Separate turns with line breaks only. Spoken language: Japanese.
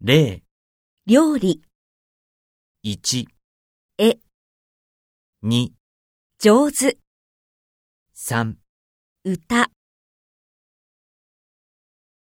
例
料理、
1、
絵、
2、
上手、
3
歌。